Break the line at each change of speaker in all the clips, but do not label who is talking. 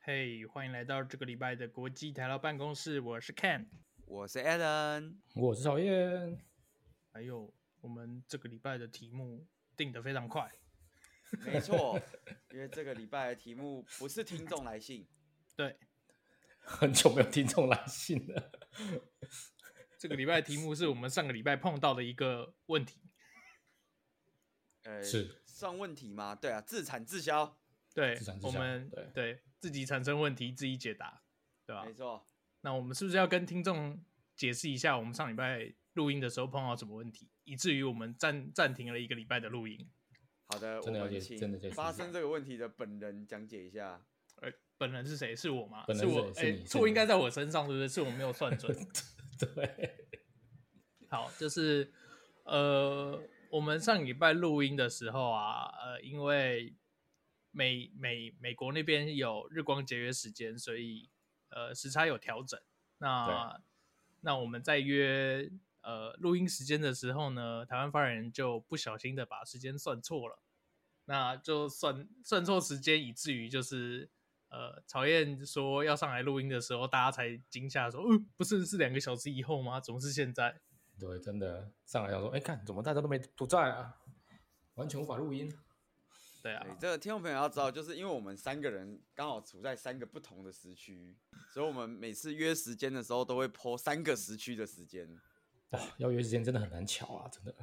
嘿欢迎来到这个礼拜的国际台劳办公室，我是 Ken。
我是 Alan，
我是讨厌，
还有哎我们这个礼拜的题目定得非常快，
没错，因为这个礼拜的题目不是听众来信，
对，
很久没有听众来信了。
这个礼拜的题目是我们上个礼拜碰到的一个问题，
呃，
是
算问题吗？对啊，自产自销，
对
自产，自
我
销
们
对
自己产生问题自己解答，对吧
没？错，
那我们是不是要跟听众解释一下，我们上礼拜录音的时候碰到什么问题，以至于我们暂暂停了一个礼拜的录音？
好的，我
真的要
们
解真的解
请
释
发生这个问题的本人讲解一下。
呃，本人是谁？是我吗？
哎本人
我，
是谁是
哎，
你是
错
你
应该在我身上，对不对？是我没有算 准。
对，
好，就是呃，我们上礼拜录音的时候啊，呃，因为美美美国那边有日光节约时间，所以呃时差有调整。那那我们在约呃录音时间的时候呢，台湾发言人就不小心的把时间算错了，那就算算错时间，以至于就是。呃，曹燕说要上来录音的时候，大家才惊吓说：“嗯、不是是两个小时以后吗？怎么是现在？”
对，真的上来想说，哎，看怎么大家都没不在啊，完全无法录音。
对啊
对，，这个听众朋友要知道，就是因为我们三个人刚好处在三个不同的时区，所以我们每次约时间的时候都会剖三个时区的时间。
哇，邀约时间真的很难巧啊，真的。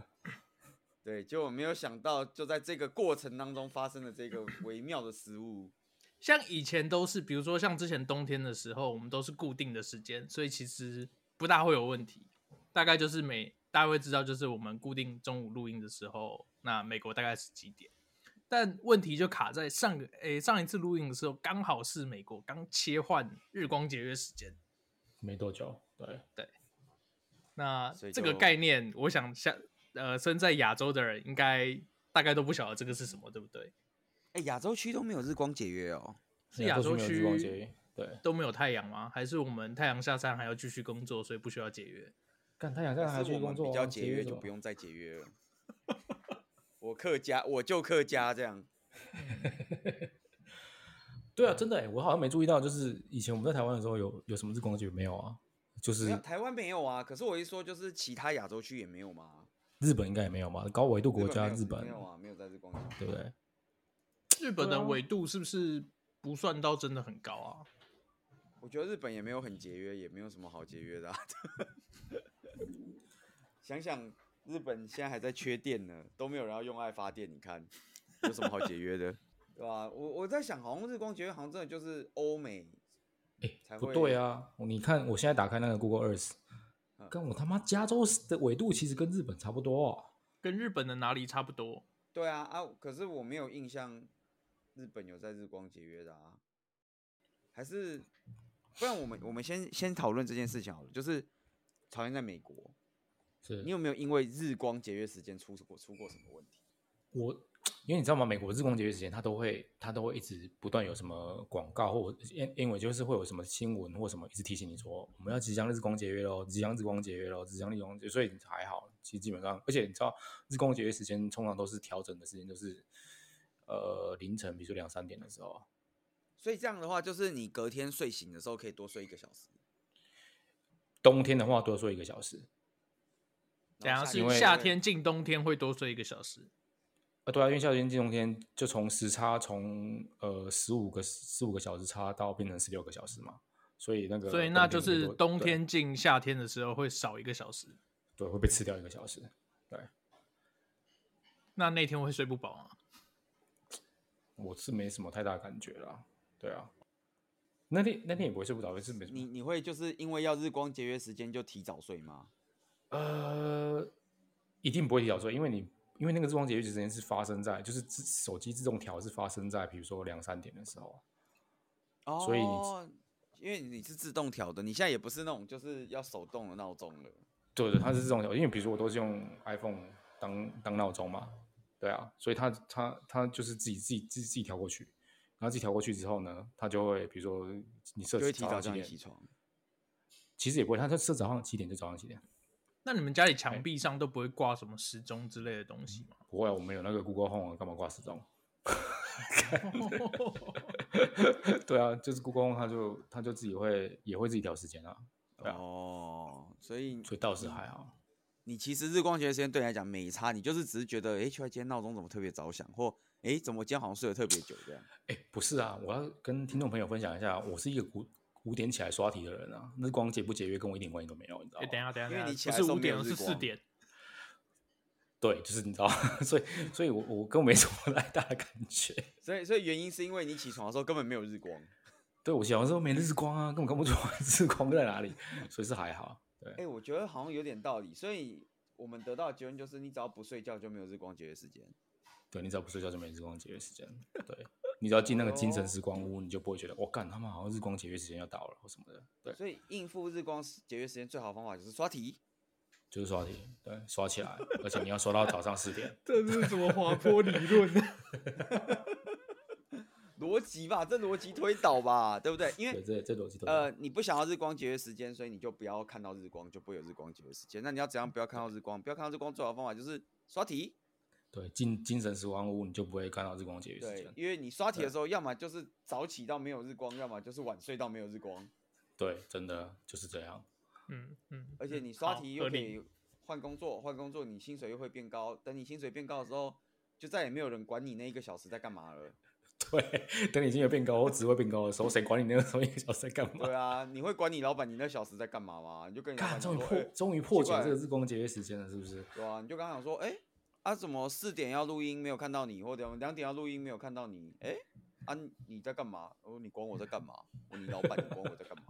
对，结果没有想到，就在这个过程当中发生了这个微妙的失误。
像以前都是，比如说像之前冬天的时候，我们都是固定的时间，所以其实不大会有问题。大概就是每大家会知道，就是我们固定中午录音的时候，那美国大概是几点？但问题就卡在上个诶、上一次录音的时候，刚好是美国刚切换日光节约时间。
没多久，对，
那
所以
这个
就
概念，我想下呃身在亚洲的人应该大概都不晓得这个是什么，对不对？
哎，亚洲区都没有日光节约哦。
是亚洲
啊没有日光节
区
约。对，
都没有太阳吗？还是我们太阳下山还要继续工作，所以不需要节约？
看太阳在还
还是
去
我
工
们
作啊，
比较节约，
什
就
么
不。用再节约了。我客家，我就客家这样。
对啊，真的哎，我好像没注意到，就是以前我们在台湾的时候有有什么日光节约没有啊？就
没有
是
台湾没有啊，可是我一说就是其他亚洲区也没有嘛。
日本应该也没有嘛，高纬度国家
日
日
本
本
没有没，有啊，没有在日光节
对不对？
日本
对
的
啊
纬度是不是不算到真的很高啊？
我觉得日本也没有很节约，也没有什么好节约的、啊。 想想日本现在还在缺电呢，都没有人要用爱发电，你看有什么好节约的？ 对吧、我我在想，好像日光节约好像真的就是欧美才
哎，
会
不对啊！你看我现在打开那个 Google Earth，
嗯
跟我他妈加州的纬度其实跟日本差不多、哦。
跟日本的哪里差不多？
对啊啊！可是我没有印象，日本有在日光节约的啊，还是不然我们我们先先讨论这件事情好了，就是讨厌在美国，
是
你有没有因为日光节约时间出过出过什么问题？
我，因为你知道吗？美国日光节约时间，它都会它都会一直不断有什么广告，或因因为就是会有什么新闻或什么一直提醒你说我们要即将日光节约喽，即将日光节约喽，即将日光节约，所以还好，其实基本上，而且你知道日光节约时间通常都是调整的时间，就是呃凌晨，比如说两三点的时候。
所以这样的话，就是你隔天睡醒的时候可以多睡一个小时。
冬天的话，多睡一个小时。
等
然
下
后
是
因为
夏天进冬天会多睡一个小时，
啊，对啊，因为夏天进冬天就从时差从呃十五个十五个小时差到变成十六个小时嘛，所以那个
所以那
啊冬天
就
会
是
多
冬
对
天进夏天的时候会少一个小时。
对会被吃掉一个小时。
那那天会睡不饱啊？
我是没什么太大感觉啦，对啊，那天那天也不会睡不着，是没什
你
么。
你会就是因为要日光节约时间就提早睡吗？
呃，一定不会提早睡，因为你因为那个日光节约时间是发生在就是自手机自动调是发生在比如说两三点的时候啊，
哦，
所以你
因为你是自动调的，你现在也不是那种就是要手动的闹钟了。
对对，它是自动调，因为比如说我都是用 iPhone 当当闹钟嘛，对啊，所以它它它就是自己自己自己自己调过去，然后自己调过去之后呢，它就会比如说你设
就会
几
提早
几
叫你
点
起，床。
其实也不会，它它设早上几点就早上几点，
那你们家里墙壁上都不会挂什么时钟之类的东西吗？
不会啊，我们有那个 Google Home 啊干嘛挂时钟？ 对啊，就是故宫，它就它就自己会也会自己调时间啊，对啊
哦，所以
所以倒是还好。
你其实日光节的时间对你来讲没差，你就是只是觉得，哎、奇怪，今天闹钟怎么特别早响，或哎、诶怎么今天好像睡得特别久这样。
哎，不是啊，我要跟听众朋友分享一下，我是一个五五点起来刷题的人啊，那光节不节约跟我一点关系都没有，你知道
哎、
吗？
等一下等一下，
因为
等一
你起
下不
来的时
是
候
五
没
点，
有
而
日
是四
光
点。
对，就是你知道， 所以所以我我跟我没什么太大的感觉。
所以，所以原因是因为你起床的时候根本没有日光。
对我小时候没日光啊，根本看不出来日光在哪里，所以是还好。对
哎、，我觉得好像有点道理。所以我们得到的结论就是，你只要不睡觉就没有日光节约时间。
对你只要不睡觉就没日光节约时间。对你只要进那个精
哦
神时光屋，你就不会觉得我干、他们好像日光节约时间要到了或什么的。对，
所以应付日光时节约时间最好的方法就是刷题。
就是刷题，对，刷起来，而且你要刷到早上四点。
这是什么滑坡理论？
逻辑吧，这逻辑推导吧，对不对？因
对，
为
这这逻辑都有
啊
呃，你不想要日光节约时间，所以你就不要看到日光，就不会有日光节约时间。那你要怎
嗯
样不要看到日光？不要看到日光，最好的方法就是刷题。
对进精神时光屋，你就不会看到日光节约时
对
间，。
因为你刷题的
对
时候，要么就是早起到没有日光，要么就是晚睡到没有日光。
对，真的就是这样。
嗯嗯，
而且你
嗯
刷
好
题又
合
可
理
以换工作，换工作你薪水又会变高。等你薪水变高的时候，就再也没有人管你那一个小时在干嘛了。
对，等你金额变高，职位变高的时候，谁管你那个时候一个小时在干嘛？
对啊，你会管你老板你那小时在干嘛吗？你就跟你老
看，
板
终
讲说，
于破
哎，
终于破
奇
解
怪
这个日光节约时间了，是不是？
对啊，你就跟他讲说，哎、啊怎么四点要录音没有看到你，或者两点要录音没有看到你，哎、啊你你在干嘛？哦，你管我在干嘛？我你老板你管我在干嘛？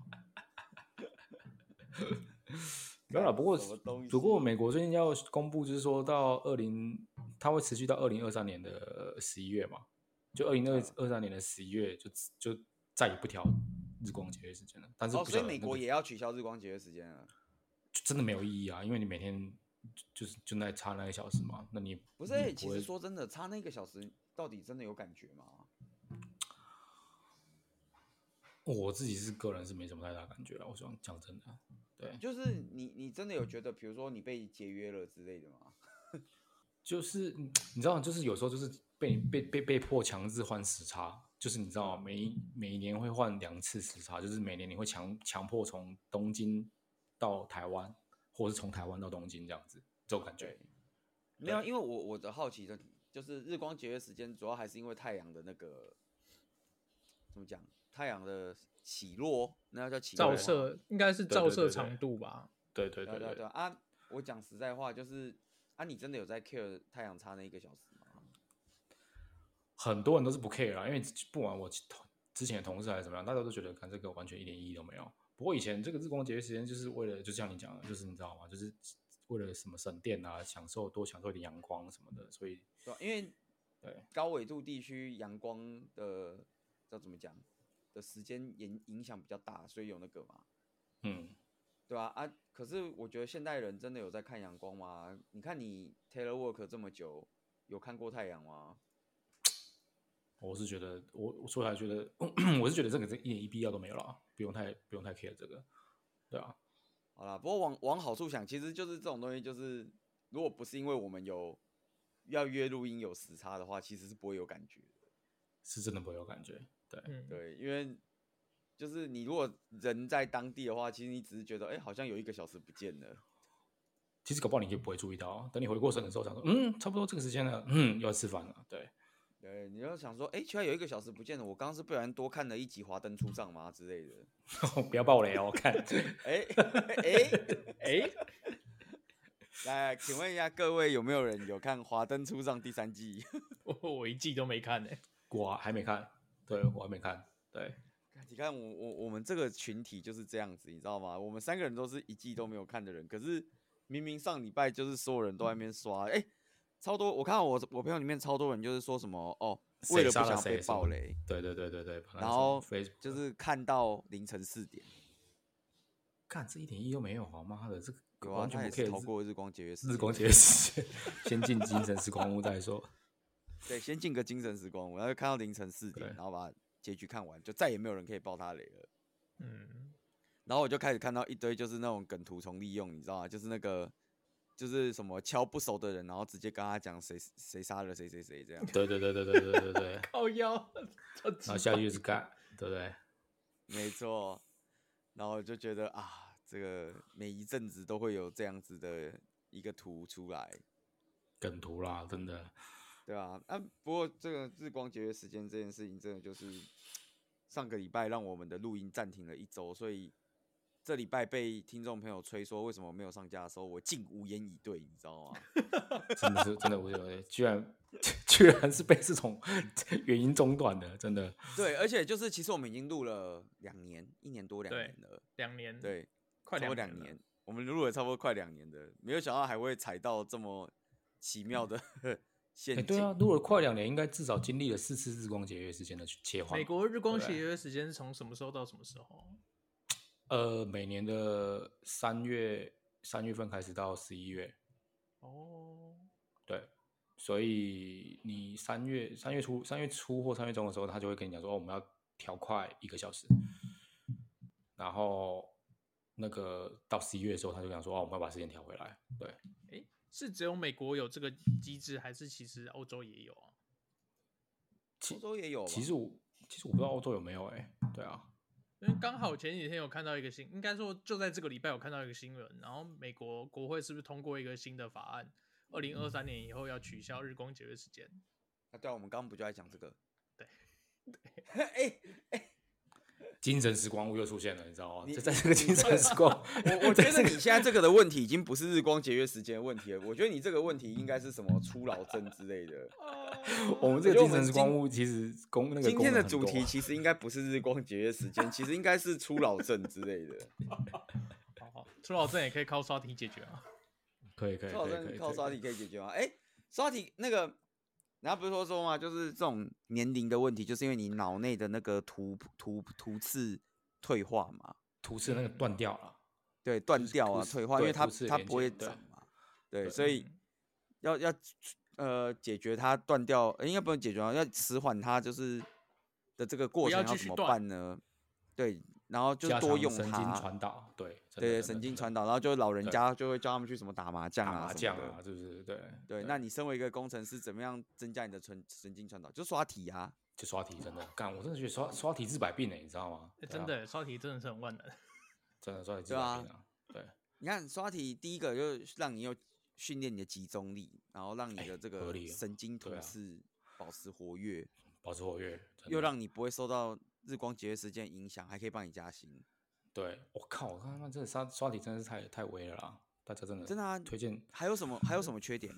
没有啦，
干
不过
什么东西
不过美国最近要公布，就是说到二零，它会持续到二零二三年的十一月嘛，就二零
啊
二二三年的十一月就就再也不调日光节约时间了。但是
哦，
不
所
晓
以
得
美
那个
国也要取消日光节约时间啊了。
就真的没有意义啊，因为你每天就就是就那差那个小时嘛，那你
不是、
你
欸，
不
其
会
实说真的，差那一个小时，到底真的有感觉吗？
我自己是个人是没什么太大感觉了。我想讲真的，啊对，
就是你，你真的有觉得，比如说你被节约了之类的吗？
就是嗯你知道，就是有时候就是被被被被迫强制换时差，就是你知道每一每一年会换两次时差，就是每年你会强强迫从东京到台湾，或者是从台湾到东京这样子，这种感觉
对。没有，因为我我的好奇的，就是日光节约时间，主要还是因为太阳的那个怎么讲，太阳的起落，那要叫起落
照
吗
射应该是
对
照
对对
射
对
长度吧？
对对
对啊
对
对啊
对
对啊啊！我讲实在话，就是啊，你真的有在 care 太阳差那一个小时吗？
很多人都是不 care 啦，因为不管我其同之前的同事还是怎么样，大家都觉得看这个完全一点意义都没有。不过以前这个日光节约时间就是为了，就像你讲的，就是你知道吗？就是为了什么省电啊，享受多享受一点阳光什么的，所以
对啊、因为
对
高纬度地区阳光的叫怎么讲的时间影影响比较大，所以有那个嘛，
嗯，
对吧、啊？可是我觉得现代人真的有在看阳光吗？你看你 Taylor Work 这么久，有看过太阳吗？
我是觉得，我所以还觉得， 我是觉得这个这一点一必要都没有了，啊不用太不用太 care 这个，对啊，
好啦，不过往往好处想，其实就是这种东西，就是如果不是因为我们有要约录音有时差的话，其实是不会有感觉的。
是真的不会有感觉，哎对，
嗯，
对，因为就是你如果人在当地的话，其实你只是觉得，哎、好像有一个小时不见了。
其实搞不好你也不会注意到，啊等你回过神的时候，想说，嗯，差不多这个时间了，嗯，又要吃饭了，对，
对，你就想说，哎、居然有一个小时不见了，我刚刚是不小心多看了一集《华灯初上》吗之类的？
不要暴雷哦， 看，
哎哎
哎、
来，请问一下各位有没有人有看《华灯初上》第三季？
我我一季都没看呢、
我还没看，对我还没看，对，
你看我我我们这个群体就是这样子，你知道吗？我们三个人都是一季都没有看的人，可是明明上礼拜就是所有人都在那边刷，哎、超多！我看到我我朋友里面超多人就是说什么哦，为
谁
了不
杀了
想
谁
被
什么
暴雷，
对对对对对，把那个
然
什么
后
Facebook
就是看到凌晨四点，
看这一点意义都没有，好妈的，这
有
个
啊，
完
他也
全不
是逃
care
过日光节约时
日
间
日光节约时间，先进精神时光屋再说，
对，先进个精神时光，我要看到凌晨四点
对，
然后把结局看完，就再也没有人可以爆他雷了。
嗯，
然后我就开始看到一堆就是那种梗图重利用，你知道吗？就是那个就是什么敲不熟的人，然后直接跟他讲谁谁杀了谁谁谁这样。
对对对对对对对对，然
靠腰，超级
后下去就是干，对不对？
没错，然后就觉得啊，这个每一阵子都会有这样子的一个图出来，
梗图啦，真的。
对啊，啊，不过这个日光节约时间这件事情，真的就是上个礼拜让我们的录音暂停了一周，所以这礼拜被听众朋友催说为什么没有上架的时候，我竟无言以对，你知道吗？
真的是真的无有， 居然居然是被这种原因中断的，真的。
对，而且就是其实我们已经录了两年，一年多两
对
年了，
两年，，
嗯
对，
快
超过
两
两
年了
年，我们录了差不多快两年的，没有想到还会踩到这么奇妙的陷
嗯哎、
阱。
对啊，录了快两年，应该至少经历了四次日光节约时间的切换。
美国日光
对啊
节约时间是从什么时候到什么时候？
呃，每年的三月三月份开始到十一月，
哦，
对，所以你三月三月初三月初或三月中的时候，他就会跟你讲说，哦，我们要调快一个小时，然后那个到十一月的时候，他就讲说，哦，我们要把时间调回来，对。
诶，是只有美国有这个机制，还是其实欧洲也有啊？
其
欧洲也有吧，
其实我其实我不知道欧洲有没有哎、对啊，
因为刚好前几天有看到一个新，应该说就在这个礼拜有看到一个新闻，然后美国国会是不是通过一个新的法案，二零二三年以后要取消日光节约时间？
啊，对啊，我们刚刚不就在讲这个？
对，
哎、
精神时光屋又出现了，你知道吗？
你
就在这个精神时光，
我我觉得
在这
你
个
现在这个的问题已经不是日光节约时间的问题了，我觉得你这个问题应该是什么初老症之类的。
哦
我们这
我觉得
个
我
精
们
神时光
今
屋其实功那个
今天
功能
的
很
主
多
题
啊
其实应该不是日光节约时间，其实应该是初老症之类的。
好好，初老症也可以靠刷题解决啊。
可以可以
靠
可以
真
可以
靠刷
可以
题可以解决吗？哎、刷题那个，人家不是说说嘛，就是这种年龄的问题，就是因为你脑内的那个突突突刺退化嘛，
图是那个断掉了，
对，断
就是
掉
突
啊，
刺
退化，因
对
为它
突刺
它
连
不会
接对
长嘛，对，
对嗯
所以要要呃解决它断掉，呃应该不能解决啊，要迟缓它就是的这个过
要
程要
继
怎
续
么
断
办呢？对，然后就
加
多
强
用
神经
它，
传导，对真的
对，
真
神
的
经
真的
传导，然后就老人
对
家就会叫他们去什么打麻将
打
啊
麻
什么
将
的
啊，是不是？对
对，那你身为一个工程师，怎么样增加你的纯神经传导？就刷题啊，
就刷题真的干，我真的觉得刷刷题治百病呢、欸你知道吗？
诶欸
对
真
啊
的刷题真的是很万能。
真的刷题治
对
百
啊
病啊，对，
你看刷题，第一个就是让你有训练你的集中力，然后让你
哎
的这
合
个
理哦
神经突
对啊
刺保持活跃，
保持活跃，真
又
的
让你不会受到日光节约时间影响，还可以帮你加薪。
对我靠，我看他们真的刷刷题真的是太太威了啦，大家真的
真的啊
推荐
还有什么？还有什么缺点？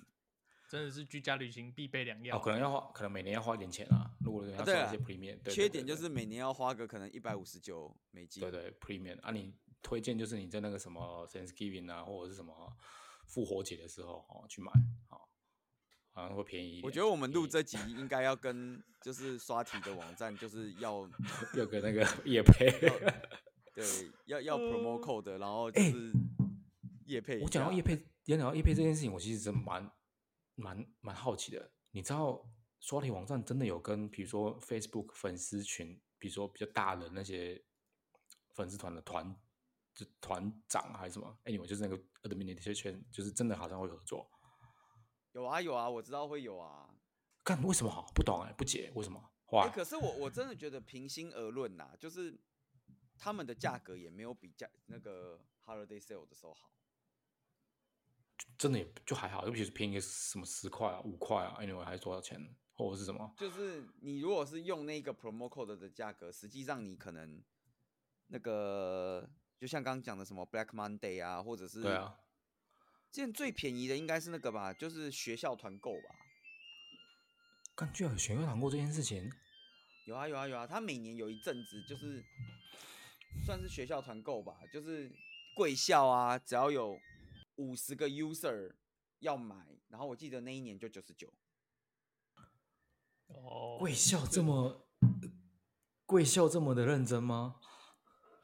真的是居家旅行必备良药。
哦，可能要花，可能每年要花一点钱啊。如果你要
对
算
啊
一些 premium，、对
缺点就
对
是每年要花个可能一百五十九美金。
对对 premium 啊，你推荐就是你在那个什么 Thanksgiving 啊，或者是什么复活节的时候哦去买，哦，好像会便宜一点。
我觉得我们
便
录
宜
这集应该要跟就是刷题的网站，就是要
有个那个 也配。
哦对要要 promo code，然后就
嗯哎
是业配一下。
我讲到叶配，讲到叶配这件事情，我其实真蛮蛮蛮好奇的。你知道刷题网站真的有跟比如说 Facebook 粉丝群，比如说比较大的那些粉丝团的团就团长啊还是什么？anyway，就是那个 administration，就是真的好像会合作。
有啊有啊，我知道会有啊。
干为什么好不懂哎、不解为什么？
哎、
哇，
可是我我真的觉得平心而论呐、就是他们的价格也没有比价那个 holiday sale 的时候好。
真的也就还好，尤其是便宜个什么十块啊、五块啊，anyway 还是多少钱，或者是什么？
就是你如果是用那个 promo code 的价格，实际上你可能那个就像刚刚讲的什么 Black Monday 啊，或者是
对啊，
现在最便宜的应该是那个吧，就是学校团购吧。
干居然有选购团购这件事情，
有啊有啊有啊，他每年有一阵子就是算是学校团购吧，就是贵校啊，只要有五十个 user 要买，然后我记得那一年就九十九，
哦，
贵校这么呃贵校这么的认真吗？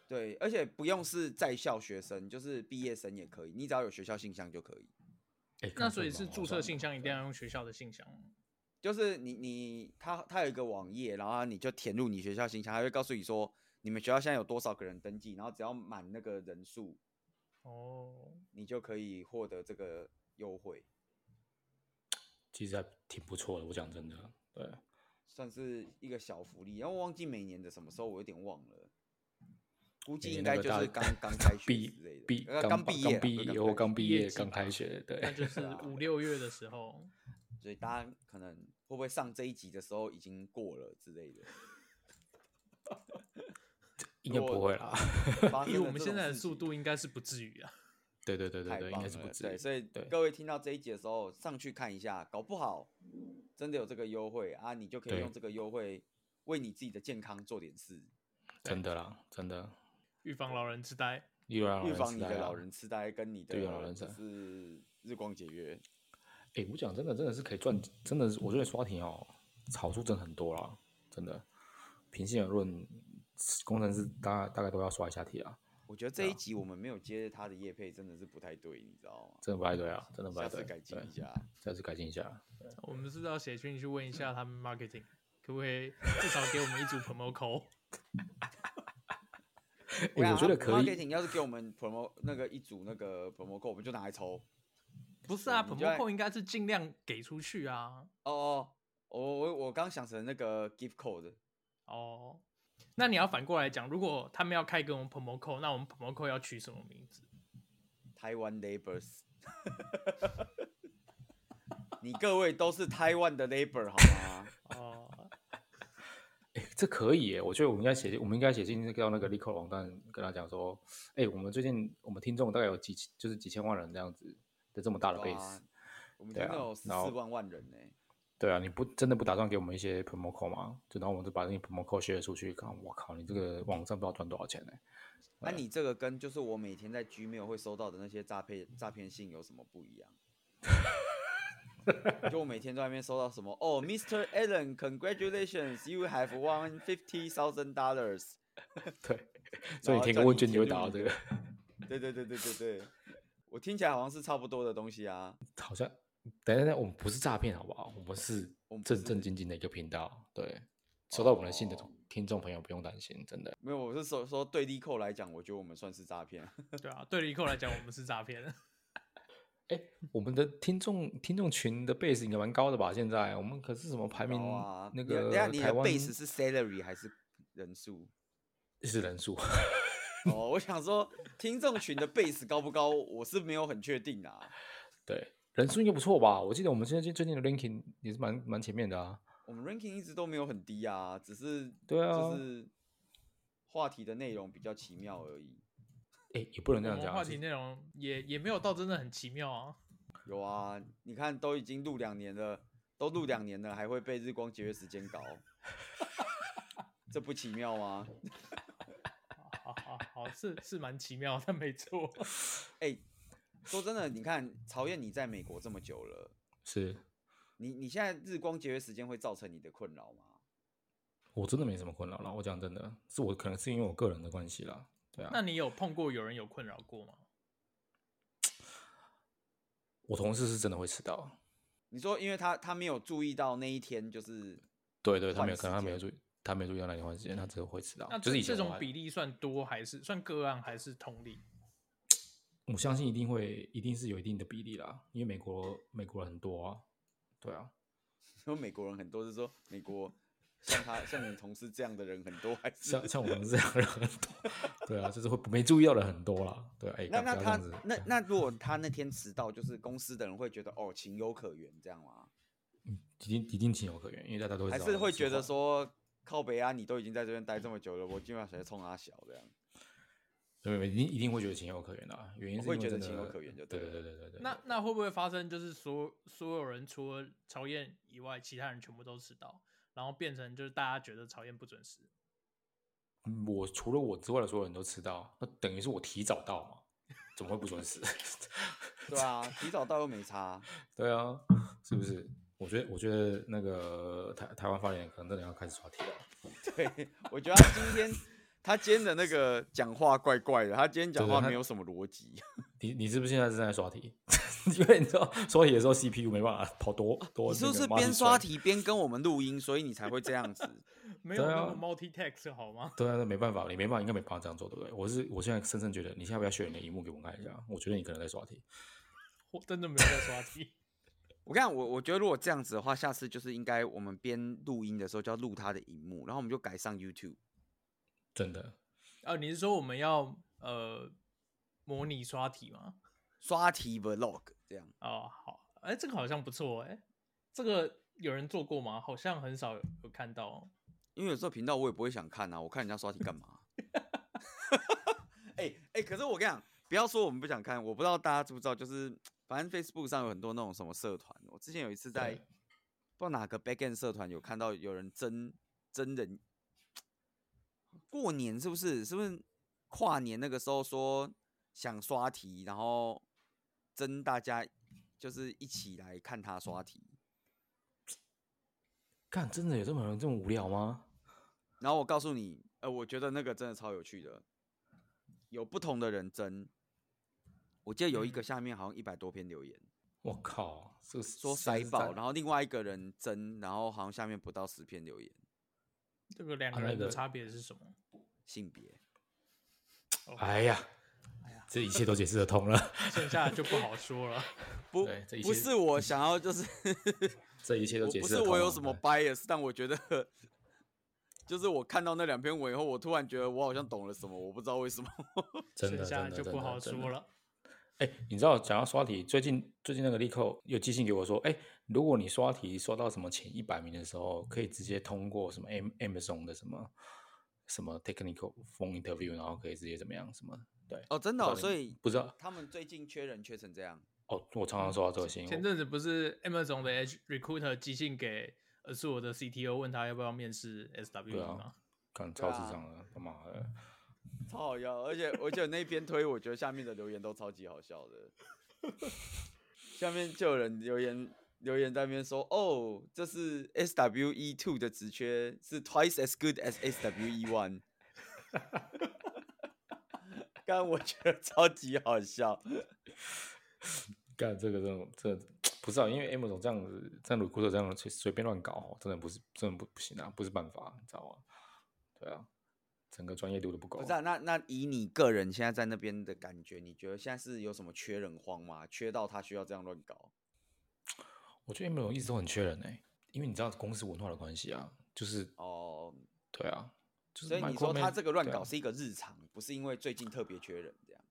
对，而且不用是在校学生，就是毕业生也可以，你只要有学校信箱就可以。
哎、
那
干
所以
这
是
蛮
注
划
册
算
信
的
箱一定要用学校的信箱吗。
就是你你他他有一个网页，然后你就填入你学校信箱，他会告诉你说你们学校现在有多少个人登记，然后只要满那个人数，
哦，
你就可以获得这个优惠，
其实还挺不错的。我讲真的，对，
算是一个小福利。然后忘记每年的什么时候，我有点忘了，估计
每
应
年
该
那
就
个大
是 刚刚开学
毕
之类的，
毕
呃
刚
毕
刚
业啦，
毕
对
业或刚
毕
毕
业
业
季
刚
吧
开学，对，
那就是
啊
五六月的时候，
所以大家可能会不会上这一集的时候已经过了之类的。
应该
如果
不会啦。
发
以
生了
我们
啊这
现
种
在的
事
速
情
度，应该是不至于啊。
对对对对
太
对，应
棒
该是不
了
至
对，
于。
所以
对
各位听到这一集的时候，上去看一下，搞不好真的有这个优惠啊，你就可以
对
用这个优惠为你自己的健康做点事，
真的啦，真的，
预防老人痴呆，
又让老
预
人
防
痴
你
呆
的
啊
老人痴呆跟你的
对啊老人痴
就
呆
是日光节约。
哎、我讲真的，真的是可以赚，真的是我觉得刷屏哦，好处真的很多啦，真的。平心而论，工程师大大概都要刷一下题啊，
我觉得这一集我们没有接他的业配，真的是不太对，你知道吗？
真的不太对啊，真的不
下
太
次
对，
改进
对
一下。
下次改进一下。
我们是不是要写信去问一下他们 marketing，可不可以至少给我们一组 promo code？
哎
对啊
我觉
他
得可
marketing
以，
要是给我们 promo 那个一组那个 promo code，我们就拿来抽。
不是啊
你就在
，promo code 应该是尽量给出去啊。
哦哦，我我我刚想成那个 gift code，
哦，那你要反过来讲，如果他们要开给我们 promo code，那我们 promo code 要取什么名字？
台湾 neighbors，你各位都是台湾的 neighbor 好吗？
哦，
哎、这可以耶，我觉得我们应该写，我们应该写进到那个 Lico 网站，跟他讲说，哎、我们最近我们听众大概有几，就是几千万人这样子的这么大的
对
base，、
啊我们
对
真
啊
的有十四
然后
万万人呢、
对啊，你不真的不打算给我们一些 promo code 吗？就然后我们就把那个 promo code share 出去，看，我靠，你这
嗯
个网站不知道赚多少钱呢、
那、
嗯
你这个跟就是我每天在 Gmail 会收到的那些诈骗诈骗信有什么不一样？就我每天在外面收到什么哦，Mr. Allen，congratulations，you have won fifty thousand dollars。
对，所
后
以你填
叫
个
你
问卷
填
就会
入
打到
你
这
的
个，
对对对对对对，我听起来好像是差不多的东西啊。
好像 等一下，等一下我们不是诈骗好不好？我们是
我们不
正
是
正经经的一个频道，对，收到我们的信的
哦
听众朋友不用担心，真的。
没有，我是说说对立扣来讲，我觉得我们算是诈骗。
对啊，对立扣来讲，我们是诈骗。
哎，我们的听众听众群的 base 应该蛮高的吧？现在我们可是什么排名
高啊，
那
你的等下
个
你
台
的
湾
base 是 salary 还是人数？
是人数，
哦，我想说听众群的 base 高不高，我是没有很确定啊。
对，人数应该不错吧？我记得我们现在最最近的 ranking 也是蛮蛮前面的啊。
我们 ranking 一直都没有很低啊，只是
对啊
就是话题的内容比较奇妙而已。
哎，也不
我
能 这样
们
讲啊，
话
是
题内容也也没有到真的很奇妙啊。
有啊，你看都已经录两年了，都录两年了，还会被日光节约时间搞， 这不奇妙吗？
好好好，是是蛮奇妙，但没错。
啊
哎、说真的，你看曹燕，你在美国这么久了，
是
你你现在日光节约时间会造成你的困扰吗？
我真的没什么困扰啦。我讲真的，是我可能是因为我个人的关系啦。对啊，
那你有碰过有人有困扰过吗？
我同事是真的会迟到，
你说，因为他他没有注意到那一天，就是
对对，他
换
没有，可能他
时
没有
间
注意，他没有注意到那天换时间，他只是会迟到
那。
啊就是
这
以前
这
我
种
还
比例算多还是算个案还是同理？
我相信一定会，一定是有一定的比例啦，因为美国美国人很多啊，对啊，
说美国人很多，是说美国像他像你同事这样的人很多，还是
像像我们这样的人很多，对啊，就是会没注意到的很多啦，对啊，哎、
那
干
那
不要
他
这样子
那那如果他那天迟到，就是公司的人会觉得哦情有可原这样吗？
一定一定情有可原，因为大家都会
还
知
是
道
会觉得
后
说靠北啊，你都已经在这边待这么久了，我今晚谁冲他小 这样？
对，对对一定一定会觉得情有可原啦，原因是
会
因为
觉得
真的
情有可原就
对
对
对对对对，
那那会不会发生就是所所有人除了曹燕以外，其他人全部都迟到，然后变成就是大家觉得曹燕不准时？
嗯我除了我之外的所有人都迟到，那等于是我提早到嘛，怎么会不准时？
对啊，提早到又没差。
对啊，是不是？我觉得，我觉得那个台台湾发言人可能真的要开始刷题了。
对，我觉得他今天他今天的那个讲话怪怪的，他今天讲
对对
话
他
没有什么逻辑。
你你是不是现在正在刷题？ 因为你知道刷题的时候 CPU 没办法跑多多
你是
那个 multi-thread。
不是边刷题边跟我们录音，所以你才会这样子？
没有
对
那
啊
么 multitask 好吗？
对啊，那没办法，你没办法，应该没办法这样做，对不对？我是我现在深深觉得，你现在不要学你的荧幕给我看一下，我觉得你可能在刷题。
我真的没有在刷 题。
我看我我觉得如果这样子的话，下次就是应该我们边录音的时候就要录他的荧幕，然后我们就改上 YouTube。
真的，
啊，你是说我们要呃模拟刷题吗？
刷题 vlog 这样，
哦，好，哎、这个好像不错哎、这个有人做过吗？好像很少有有看到哦。
因为有时候频道我也不会想看啊，我 看人家刷题干嘛？哎哎、欸可是我跟你讲，不要说我们不想看，我不知道大家知不知道，就是反正 Facebook 上有很多那种什么社团，我之前有一次在
对
不知道哪个 backend 社团有看到有人真真人过年是不是？是不是跨年那个时候说想刷题，然后真大家就是一起来看他刷题，
看真的有这么人这么无聊吗？
然后我告诉你，呃，我觉得那个真的超有趣的，有不同的人争。我记得有一个下面好像一百多篇留言，
我靠，这个
说塞爆，然后另外一个人争，然后好像下面不到十篇留言，
这个两
啊
个
那
人的
个
差别是什么？
性别。
哦
哎呀，这一切都解释得通了。
剩下的就不好说了。
不
对这一，
不
切
是 我想要，就是
这一切都
我
解
不
释
是
得通
我有
了
什么
对
bias，但我觉得， 就是我看到那两篇文以后，我突然觉得我好像懂了什么，我不知道为什么。
真
剩
的
下
真
的
的
就
真
不
的
好
真的
说了。
哎、你知道讲到刷题，最近最近那个力扣有寄信给我说，哎、如果你刷题刷到什么前一百名的时候，可以直接通过什么 M Amazon 的什么什么 technical phone interview，然后可以直接怎么样什么？对，
哦，真的 哦、所以
不知道
他们最近缺人缺成这样。
哦，我常
嗯
常收到这个信，
前阵子不是 Amazon 的 H recruiter 寄信给呃是我的 CTO，问他要不要面试 SW
对啊
吗？
看
对
超智
啊
障了，他妈的！
超好笑，而且我记得那篇推，我觉得下面的留言都超级好笑的。 下面就有人留言留言在那边说：“哦，这是 S W E two 的职缺，是 twice as good as S W E one。”但我觉得超级好笑，
干这个这种这个不是啊，因为 M 总这样子，这样 recruiter 这样随随便乱搞，哦真的不是真的不不行啊，不是办法，你知道吗？对啊，整个专业度都不够。
不是、啊、那那以你个人现在在那边的感觉，你觉得现在是有什么缺人荒吗？缺到他需要这样乱搞？
我觉得 M 总一直都很缺人哎、因为你知道公司文化的关系啊，就是
哦，
对啊，就是
所以你
microman-
说他这个乱
对啊
搞是一个日常，不是因为最近特别缺人这样。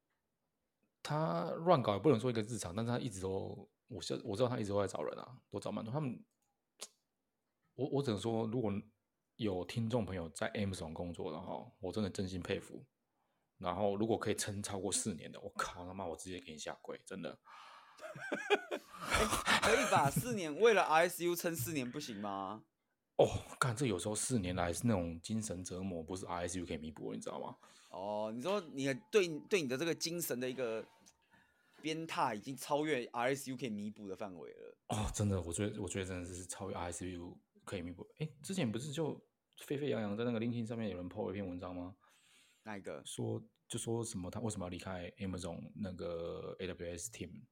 他乱搞也不能说一个日常，但是他一直都，我知我知道他一直都在找人啊，都找蛮多。他们，我我只能说，如果有听众朋友在 Amazon 工作的话，我真的真心佩服。然后如果可以撑超过四年的，我靠他妈，我直接给你下跪，真的。
可以吧？四年为了 RSU 撑四年不行吗？
哦，干这有时候四年来是那种精神折磨，不是 RSU 可以弥补的，你知道吗？
哦，你说你的对你对你的这个精神的一个鞭挞，已经超越 RSU 可以弥补的范围了。
哦，真的，我觉得我觉得真的是超越 RSU 可以弥补。哎，之前不是就沸沸扬扬在那个 LinkedIn 上面有人 po 一篇文章吗？
那一个？
说就说什么他为什么要离开 Amazon 那个 AWS team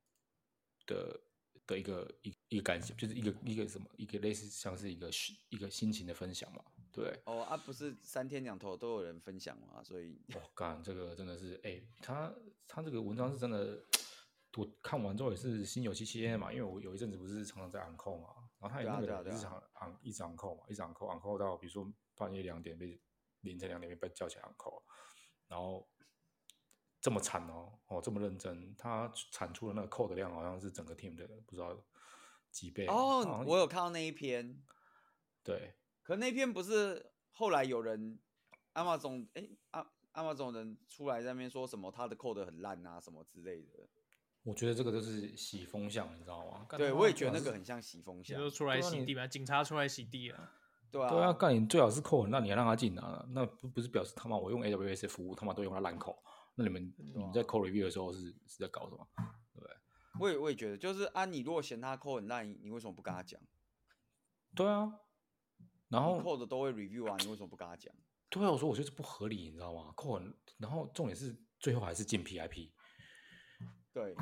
的的一个一一个感想，就是一个一个什么一个类似像是一个心一个心情的分享嘛，对不对。
哦啊，不是三天两头都有人分享嘛，所以
我哦干，这个真的是，哎、他他这个文章是真的，我看完之后也是心有戚戚焉嘛，因为我有一阵子不是常常在 on call 嘛，然后他也
对啊
那
对啊
个
对
日
啊
常 on 一直 on call 嘛，一直 on call on call 到比如说半夜两点被凌晨两点被叫起来 on call，然后这么惨哦，哦这么认真，他产出的那个 code 量好像是整个 team 的不知道几倍好
哦
像，
我有看到那一篇，
对
可那篇不是后来有人 Amazon 哎阿阿玛总人出来在那边说什么他的 code 很烂啊什么之类的，
我觉得这个就是洗风向，你知道吗？干
对
他妈
我也
最
觉
好
得那
是
个很像洗风
你
向
说，出来
对啊
洗
你
地嘛，警察出来洗地了。
对啊，
对啊，干你最好是扣很烂，你还让他进啊？那不不是表示他妈我用 AWS 服务他妈都用他烂扣？那你们你
啊
们在扣 review 的时候是是在搞什么？
我也我也觉得，就是啊，你如果嫌他扣很烂，你为什么不跟他讲？
对啊，然
你
后
扣的都会 review 啊，你为什么不跟他讲？
对啊，我说我觉得这不合理，你知道吗？扣很，然后重点是最后还是进 PIP，
对，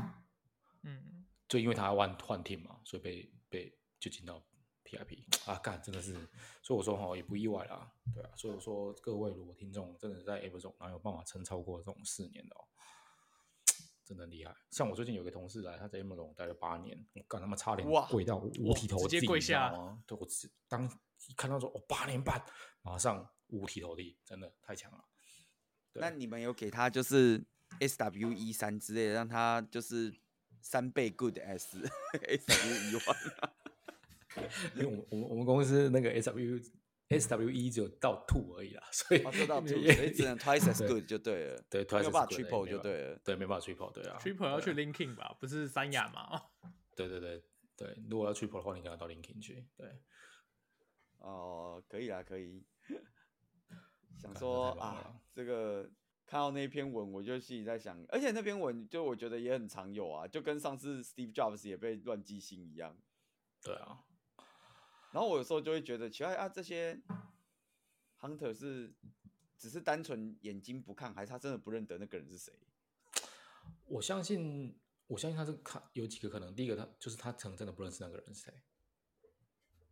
嗯，
就因为他换换 team 嘛，所以被被就进到 PIP 啊，干真的是，所以我说哈也不意外啦，对啊，所以我说各位如果听众真的在 App 中，然后有办法撑超过这种四年的哦，真的很厉害。像我最近有一个同事来，他在 Amazon 待了八年，我干他妈差点
哇
跪到五体投
直
地，
接
你
跪
知道
下
吗？对，我只当一看到说哦八年半，马上五体投地，真的太强了。对
那你们有给他就是 S W 一三之类的，让他就是三倍 good S S W E 一万
因为我们我们我们公司那个 S W S W E 只有到 two 而已啦，所以
哦，这到 two，
也
所以只能 twice as
对
good 就对了。
对，
没有办法
twice as good，
triple
没
就
办法
对了
对，没办法 triple，对啊
Triple 要去
对
Linking 吧，不是三亚嘛？哦
对对对对，如果要 triple 的话，你可能要到 linking 去，对，
哦，可以啦，可以。想
干这
说
太棒
啊
了，
这个看到那篇文，我就心里在想，而且那篇文就我觉得也很常有啊，就跟上次 Steve Jobs 也被乱记心一样。
对啊，
然后我有时候就会觉得奇怪啊，这些 hunter 是只是单纯眼睛不看，还是他真的不认得那个人是谁？
我相信，我相信他是看有几个可能，第一个他就是他可能真的不认识那个人是谁，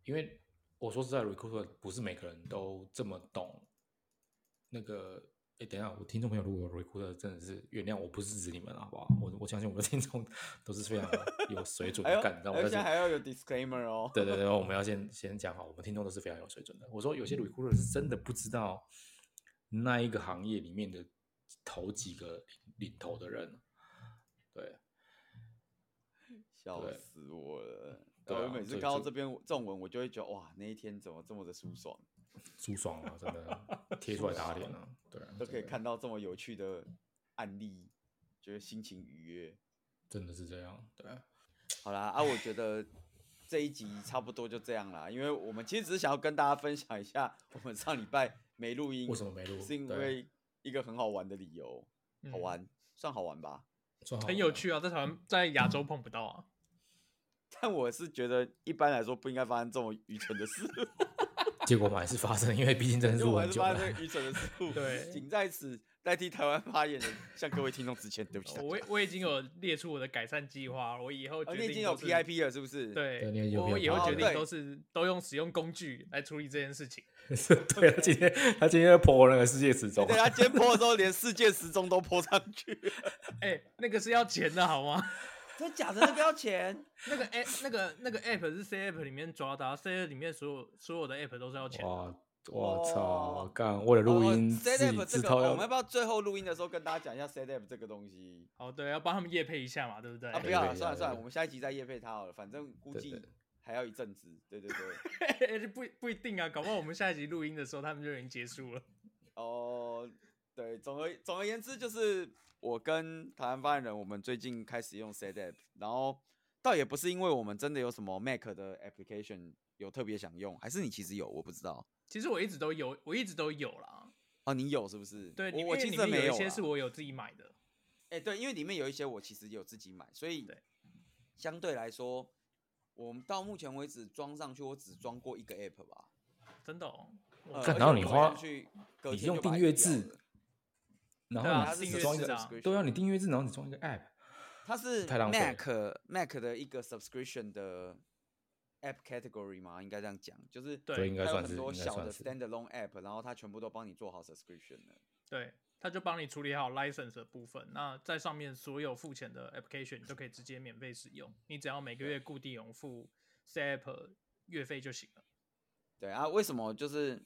因为我说实在，recruiter 不是每个人都这么懂那个。哎，等一下，我听众朋友如果有 recruiter，真的是原谅我，不是指你们，好不好？我我相信我的听众都是非常有水准
哎呦，
的，干，你知道
哎
我
呦
在
现在
这
还要有 disclaimer 哦。
对对对，我们要先先讲好，我们听众都是非常有水准的。我说有些
嗯
recruiter 是真的不知道那一个行业里面的头几个领领头的人，对，
笑
对
死我了！
对
我
啊
每次
所以
看到
这
这篇这种文，我就会觉得哇，那一天怎么这么的舒爽，
舒爽啊，真 的贴出来打脸啊，对啊，
都可以
真的
看到这么有趣的案例，觉得心情愉悦。
真的是这样，对啊，
好啦，啊，我觉得这一集差不多就这样啦，因为我们其实只是想要跟大家分享一下，我们上礼拜没录音，
为什么没录
是因
对
为一个很好玩的理由，好
嗯
玩，算好玩吧。
算好
很有趣啊，在台湾在亚洲碰不到啊。
但我是觉得一般来说不应该发生这么愚蠢的事，
了，结果嘛还是发生，因为毕竟真的
因
是
为我
我
还
很
是
久
发
了
生，这个愚蠢的事 故。
对
仅在此代替台湾发言人向各位听众致歉，对不起大家。啊
哦我我已经有列出我的改善计划，我以后决
哦，
定、
你已经有 PIP 了，是不是？，
对你
对，
有
我我以后
PIP
决定
哦
都是都用使用工具来处理这件事情。
对他今天他今天在破那个世界时钟，
对他啊今天播的时候，连世界时钟都播上去，
哎、那个是要钱的好吗？
真假的那个要钱？
那个 app 那个那个 app 是 C app 里面抓的、啊、，C app 里面所有所有的 app 都是要钱的。
哇，我操
哦，
干为了录音
哦、
自
set
己
up 这
自
个，
掏
哦我
腰
们要不要最后录音的时候跟大家讲一下 set up 这个东西？
好，哦对，要帮他们业配一下嘛，对不对？
啊，不
对
要
对
了，
对
算了
对
算了，
对
我们下一集再夜配它好了，反正估
对
计
对
还要一阵子。对对对，
不不一定啊，搞不好我们下一集录音的时候，他们就已经结束了。
哦，对，总而总而言之，就是我跟台湾发言人，我们最近开始用 set up，然后倒也不是因为我们真的有什么 Mac 的 application 有特别想用，还是你其实有，我不知道。
其实我一直都有，我一直都有啦。
哦，你有是不是？
对，里
我
面
我其
里
实
面
没
有一
啦
些是我有自己买的。
哎、对，因为里面有一些我其实有自己买，所以
对
相对来说，我们到目前为止装上去，我只装过一个 app 吧。
真的哦，
呃
干
而
然后
且
你
我
花
好像去隔
你
天
用
就把它
订阅
移掉
制
了，
然
对啊
后
它
是
你
订
只
阅
装一
制
个
啊，
对啊，你订阅制，然后你装一个 app，
它是
太浪费了
Mac Mac 的一个 subscription 的 app category 嘛，应该这样讲，就是
对
所以应该
它有
算是
很多
应该
小
算
的
是哦
standalone app，然后它全部都帮你做好 subscription 了。
对，他就帮你处理好 license 的部分。那在上面所有付钱的 application 你就可以直接免费使用，你只要每个月固定有付 C app 月费就行了。
对啊，为什么就是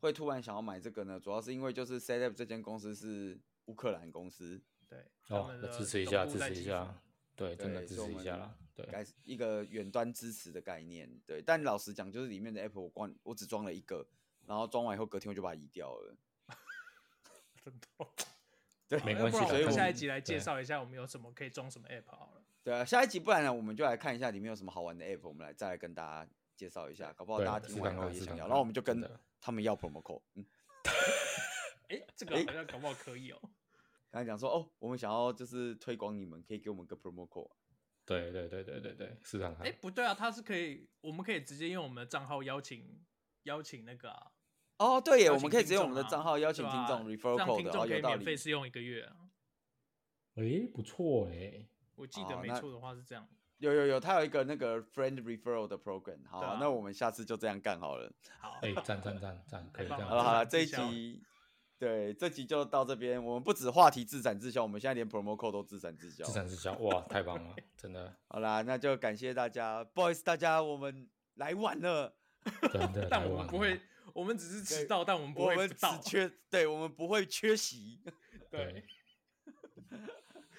会突然想要买这个呢？主要是因为就是 Setup 这间公司是乌克兰公司，
对，他
哦
们，
那
的
支持一
总
下，
部
支
在
持
基
一
辅
下，对，真的
对
支
所以
持
我
一下
们
啦，对，
该一个远端支持的概念。对，但老实讲，就是里面的 app 我光我只装了一个，然后装完以后隔天我就把它移掉了。
真的哦。
对，
没
要
关
不
系
然
所以
我
我
们下
们
一集来介
对
绍一下我们有什么可以装什么 app 好了。
对啊，下一集不然呢，我们就来看一下里面有什么好玩的 app，我们来再来跟大家介绍一下，搞不好
对
大家
是
听完以
看
后
看
也
是
想
看
要，
看
然后我们就
真
跟
的
他们要 promo code。嗯，
哎，这个好像搞不好可以哦。
刚才讲说哦，我们想要就是推广你们，可以给我们个 promo code。
对对对对对对，试看
哎，
看，
不对啊，他是可以，我们可以直接用我们的账号邀请邀请那个啊，
哦，对耶，
邀
我
请
们可以
听
直接我
众
们的
啊
账号邀
对
请
吧
听众 refer
让
code
听
的，哦，
众可
有
以
道
免费
理。
试用一个月啊。
哎，不错哎，
我记得
哦
没
那
错的话是这样。
有有有，它有一个那个 friend referral 的 program。好，
对啊
那我们下次就这样干好了。
好，
哎，赞赞赞赞，可以
棒
这
了
样
好了好了，
子，
这
谢
一
谢啊
集对，这集就到这边。我们不止话题自产自销，我们现在连 promo code 都自产自销。
自产自销，哇，太棒了，真的，
好啦，那就感谢大家，不好意思，大家我们来晚了，
真 的。
但
来
我们
晚
不
了
会，我们只是迟到，但我们不
我
会
们
不
只
到。
缺，对我们不会缺席。
对，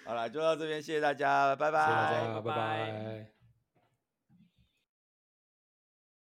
好啦，就到这边，谢谢大家，拜拜。
谢谢大家，
拜
拜
拜
拜